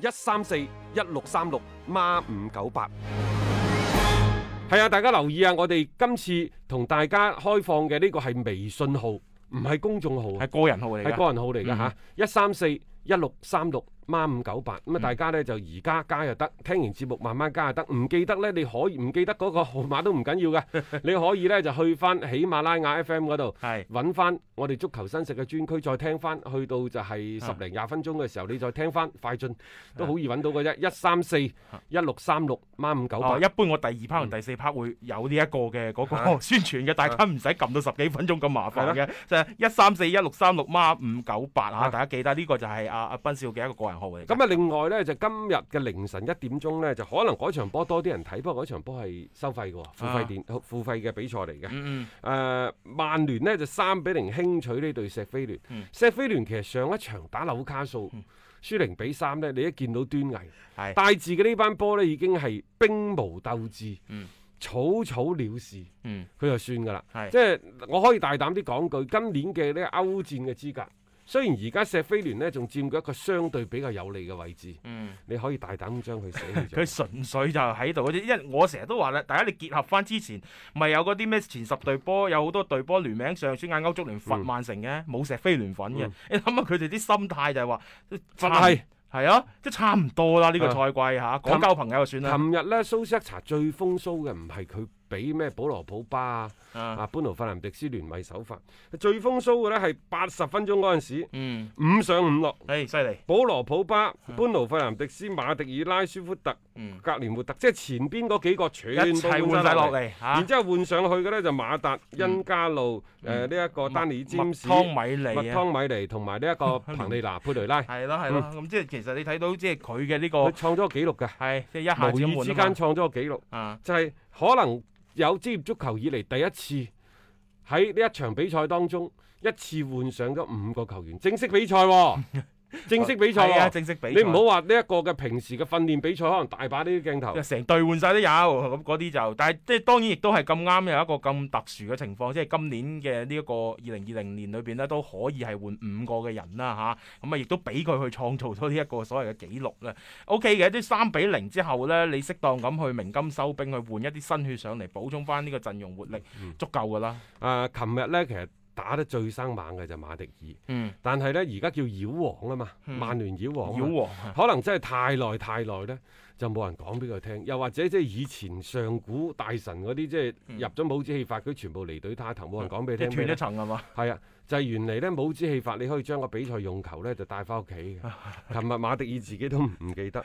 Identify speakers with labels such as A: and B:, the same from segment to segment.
A: 一三四一六三六孖五九八。係啊，大家留意啊！我哋今次同大家開放嘅呢個係微信號，唔係公眾號啊。
B: 係個人號嚟
A: 係
B: 㗎。
A: 個人號嚟嘅嚇，一三四一六三六孖五九八，咁啊
B: 嗯
A: 大家呢就而家加又得，聽完節目慢慢加又得，唔記得呢，你可以唔記得嗰個號碼都唔 緊要嘅，你可以呢就去翻喜馬拉雅 FM 嗰度。
B: 係
A: 揾翻我哋足球新食嘅專區，再聽翻，去到就係十
B: 啊
A: 零廿分鐘嘅時候，你再聽翻快進都好易揾到嘅啫。一三四一六三六孖五九嗯八
B: 哦，一，般我第二 part 同第四 part 會有呢一個嘅嗰個宣傳嘅，大家唔使撳到十幾分鐘咁麻煩嘅，就係一三四一六三六孖五九八
A: 啊
B: 嚇，大家記得呢個就係阿阿斌少嘅一個個人號嚟㗎。
A: 咁啊，另外呢，就今日嘅凌晨一點鐘呢，就可能嗰場波多啲人睇，不過嗰場波係收費嘅
B: 啊
A: 喎，付費電、付費嘅比賽嚟嘅。誒、
B: 嗯
A: 曼聯呢，就三比零輕取呢隊石飛聯。
B: 嗯
A: 石飛聯其實上一場打紐卡素，輸零比三呢，你一見到端倪，
B: 係
A: 大治嘅呢班波呢，已經係兵無鬥志，
B: 嗯
A: 草草了事，
B: 嗯
A: 佢就算㗎啦。
B: 係
A: 即係我可以大膽啲講句，今年嘅呢歐戰嘅資格，雖然而家石飛聯呢仲佔據一個相對比較有利嘅位置，
B: 嗯。
A: 你可以大膽咁將佢寫起咗。
B: 佢純粹就喺度嗰啲，因為我成日都話啦，大家你結合翻之前，咪有嗰啲咩前十隊波，有好多隊波聯名上選亞歐足聯罰
A: 嗯
B: 曼城嘅，冇石飛聯份嘅。
A: 嗯
B: 你諗下佢哋啲心態就係話，
A: 係
B: 係啊，即係差唔多啦呢個
A: 啊
B: 賽季嚇，
A: 琴
B: 講交朋友就算啦。
A: 琴日呢，蘇斯克查最風騷嘅唔係佢俾咩保羅普巴啊、
B: 啊
A: 啊班奴費南迪斯聯位首發，最風騷嘅呢係八十分鐘嗰陣時
B: 嗯，
A: 五上五落，
B: 誒犀利，
A: 保羅普
B: 啊
A: 巴、班奴費南迪斯、馬迪爾拉舒夫特、
B: 嗯，
A: 格連活特，即係前邊嗰幾個全
B: 一
A: 部
B: 切換晒
A: 晒
B: 落。嚟嚇
A: 然，之後換上去嘅呢，就馬達、恩加路、誒
B: 嗯
A: 呢一個丹尼詹士、
B: 麥湯米利
A: 麥
B: 啊，
A: 湯米尼同埋呢一個彭 利拿佩雷拉，
B: 係咯係咯，咁即係其實你睇到即係佢嘅呢個
A: 佢創咗個紀錄嘅，
B: 係哦即係一下
A: 無
B: 子
A: 意
B: 換
A: 之
B: 啊
A: 間創咗個紀錄，
B: 嘛啊，
A: 就係可能有職業足球以嚟第一次喺呢一場比賽當中一次換上咗五個球員，正式比賽 喎，正式比賽
B: 係啊，
A: 喎，
B: 正式比
A: 你唔
B: 賽
A: 好話呢一個嘅平時嘅訓練比賽，可能大把呢啲鏡頭
B: 就。成隊換晒都有，咁嗰啲就，但係即係當然亦都係咁啱有一個咁特殊嘅情況，即係今年嘅呢一個二零二零年裏邊咧，都可以係換五個嘅人啦吓，咁啊亦都俾佢去創造咗呢一個所謂嘅紀錄啦。OK 嘅，啲三比零之後咧，你適當咁去鳴金收兵，去換一啲新血上嚟，補充翻呢個陣容活力，
A: 嗯
B: 足夠噶啦。
A: 啊，琴日呢，其實打得最生猛嘅就馬迪爾，
B: 嗯，
A: 但係呢，而家叫妖王啊嘛，
B: 嗯
A: 曼聯妖王啊嘛。
B: 妖王啊
A: 可能真係太耐太耐呢，就冇人講俾佢聽。又或者即係以前上古大神嗰啲，即係
B: 嗯
A: 入咗帽子戲法，佢全部離隊他頭，冇人講俾
B: 即
A: 你
B: 係
A: 聽咩
B: 斷
A: 呢。
B: 一層係嘛？
A: 係啊，就係、原嚟呢帽子戲法，你可以將個比賽用球呢就帶翻屋企嘅。琴日馬迪爾自己都唔唔記得。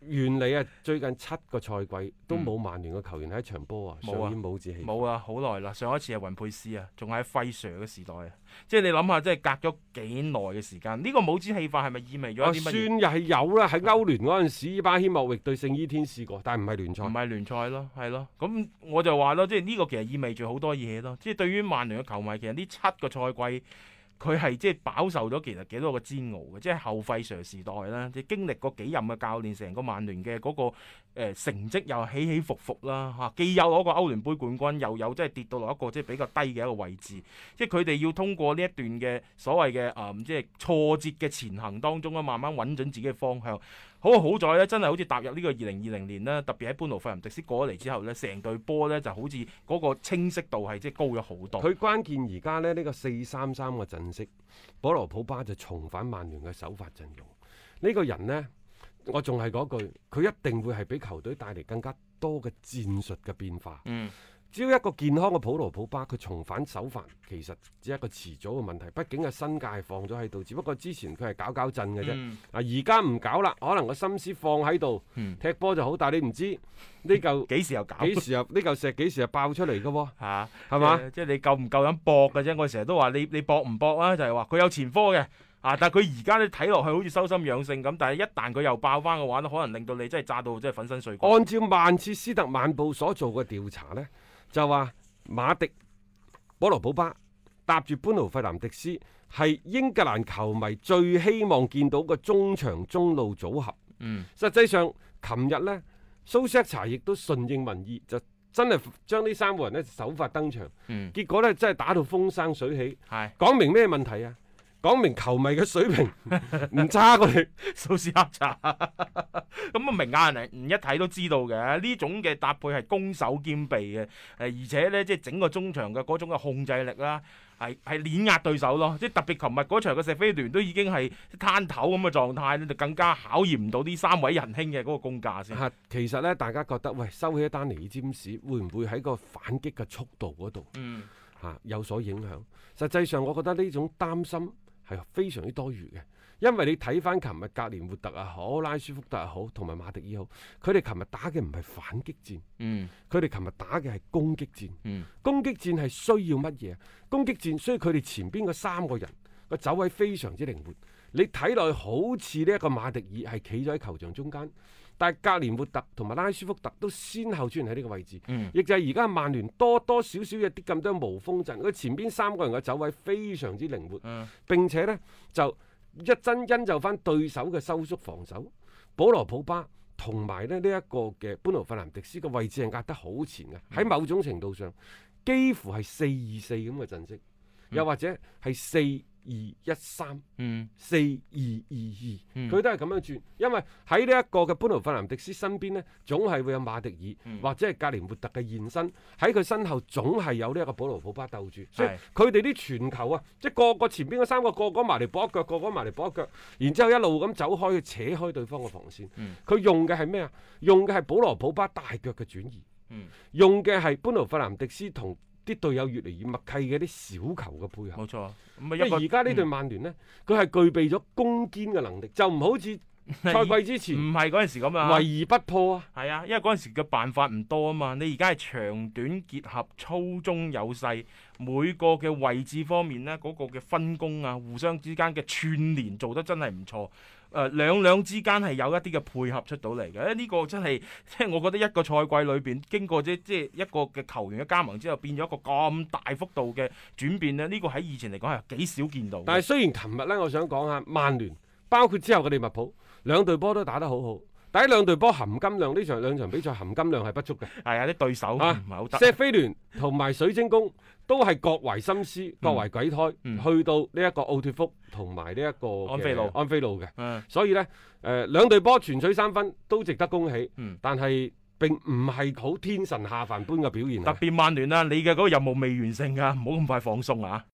A: 原嚟啊，最近七個賽季都冇曼聯嘅球員喺一場波啊上
B: 冇啊
A: 演帽子戲法。
B: 冇啊，好耐啦！上一次係雲佩斯啊，仲喺輝 Sir 嘅時代啊，即係你諗下，即係隔咗幾耐嘅時間，呢、個帽子戲法係咪意味
A: 阿
B: 咗一啲
A: 孫
B: 乜嘢？
A: 又係有啦，喺歐聯嗰陣時，伊巴謙莫域對聖伊天試過，但係唔係聯賽
B: 唔。係聯賽咯，係咯，咁我就話咯，即係呢個其實意味住好多嘢咯，即係對於曼聯嘅球迷，其實呢七個賽季佢係即係飽受咗其實幾多個煎熬嘅，即係後費 Sir 時代啦，即係經歷過幾任嘅教練，成個曼聯嘅嗰、個、呃、成績又起起伏伏啦嚇、既有攞過歐聯杯冠軍，又有即係跌到落一個即係比較低嘅一個位置，即係佢哋要通過呢一段嘅所謂嘅誒、嗯即係挫折嘅前行當中啊，慢慢揾準自己嘅方向。好啊好在咧，真係好似踏入呢個二零二零年啦，特別喺班奴費林迪斯過咗嚟之後咧，成隊波咧就好似嗰個清晰度係即係高咗好多。
A: 佢關鍵而家咧呢個四三三嘅陣式，保羅普巴就重返曼聯嘅首發陣容。呢、個人呢，我仲係嗰句，佢一定會係俾球隊帶嚟更加多嘅戰術嘅變化。
B: 嗯
A: 只要一個健康嘅普羅普巴，佢重返首發，其實只係一個遲早嘅問題。畢竟係身價放咗喺度，只不過之前佢係搞搞震嘅啫。
B: 嗯
A: 啊，而家唔搞啦，可能個心思放喺度
B: 嗯，
A: 踢波就好，但係你唔知呢嚿
B: 幾時又搞
A: 幾時又啊呢嚿石幾時又爆出嚟嘅喎，
B: 嚇？
A: 係嘛？
B: 誒即係你夠唔夠膽搏嘅啫。我成日都話你你搏唔搏啊？就係話佢有前科嘅。啊！但係佢而家咧睇落去好似修心養性咁，但係一旦佢又爆翻嘅話咧，可能令到你真係炸到真係粉身碎骨。
A: 按照曼徹斯特晚報所做嘅調查呢，就話馬迪、保羅普巴搭住班奴費南迪斯係英格蘭球迷最希望見到嘅中場中路組合。
B: 嗯，
A: 實際上，琴日呢，蘇斯克查亦都順應民意，就真係將呢三個人呢首發登場。
B: 嗯，
A: 結果呢，真係打到風生水起。
B: 係
A: 講明咩問題啊？講明球迷嘅水平唔差過你。
B: 蘇斯克查， 咁啊明眼人唔一睇都知道嘅，呢種嘅搭配係攻守兼備嘅，誒而且咧即係整個中場嘅嗰種嘅控制力啦，係係碾壓對手咯，即係特別琴日嗰場嘅石飛聯都已經係攤頭咁嘅狀態咧，就更加考驗唔到呢三位仁兄嘅嗰個功架先。
A: 嚇，其實呢，大家覺得喂，收起一單尼詹士，會唔會喺個反擊嘅速度嗰度
B: 嗯，
A: 嚇有所影響？實際上，我覺得呢種擔心係非常之多餘嘅，因為你睇翻琴日格連活特啊好，拉舒福特啊好，同埋馬迪爾好，佢哋琴日打嘅唔係反擊戰，
B: 嗯，
A: 佢哋琴日打嘅係攻擊戰。
B: 嗯，
A: 攻擊戰係需要乜嘢？攻擊戰需要佢哋前邊嗰三個人個走位非常之靈活。你睇落去好似呢一個馬迪爾係企咗喺球場中間，但係格連活特同埋拉舒福特都先後出現喺呢個位置，
B: 嗯
A: 亦就係而家曼聯多多少少有啲咁多無風陣。佢前邊三個人嘅走位非常之靈活，
B: 嗯
A: 並且呢就一真因就翻對手嘅收縮防守，保羅普巴。同埋咧呢一個嘅班奴費南迪斯嘅位置係壓得好前嘅，喺某種程度上幾乎係四二四咁嘅陣式，又或者係四二一三、
B: 嗯，
A: 四二二二，
B: 嗯
A: 佢都係咁樣轉。因為喺呢一個嘅班奴費南迪斯身邊呢，總係會有馬迪爾、
B: 嗯
A: 或者係格連活特嘅現身，喺佢身後總係有呢一個保羅普巴鬥住，所以
B: 係
A: 佢哋啲傳球啊，即係個個前邊嗰三個個個埋嚟搏一腳，個個埋嚟搏一腳，然之後一路咁走開，扯開對方嘅防線
B: 嗯。
A: 佢、用嘅係咩啊？用嘅係保羅普巴大腳嘅轉移。
B: 嗯
A: 用嘅係班奴費南迪斯同啲隊友越嚟越默契嘅啲小球嘅配合。
B: 冇錯。咁
A: 因
B: 啊
A: 為
B: 一個嗯
A: 而家呢隊曼聯呢，佢係具備咗攻堅嘅能力，就唔 好似賽季之前
B: 唔係嗰陣時咁啊。
A: 圍而不破啊。
B: 係啊，因為嗰陣時嘅辦法唔多啊嘛，你而家係長短結合、粗中有細，每個嘅位置方面呢，嗰、個嘅分工啊，互相之間嘅串連做得真係唔錯。誒、兩兩之間係有一啲嘅配合出到嚟嘅，呢、個真係 即係我覺得一個賽季裏邊經過即即係一個嘅球員嘅加盟之後，變咗一個咁大幅度嘅轉變咧，呢、個喺以前嚟講係幾少見到嘅。
A: 但係雖然琴日呢，我想講下曼聯，包括之後嘅利物浦兩隊波都打得好好，但係兩隊波含金量呢場兩場比賽含金量係不足嘅。
B: 係啊，啲對手唔
A: 啊
B: 係好得。
A: 石飛聯同埋水晶宮都係各懷心思、各懷鬼胎，
B: 嗯
A: 去到呢一個奧脱福同埋呢一個嘅
B: 安菲路
A: 安菲路嘅。
B: 嗯
A: 所以呢，誒、兩隊波全取三分都值得恭喜，
B: 嗯
A: 但係並唔係好天神下凡般嘅表現
B: 特
A: 啊。
B: 別曼聯啊，你嘅嗰個任務未完成㗎，唔好咁快放鬆啊！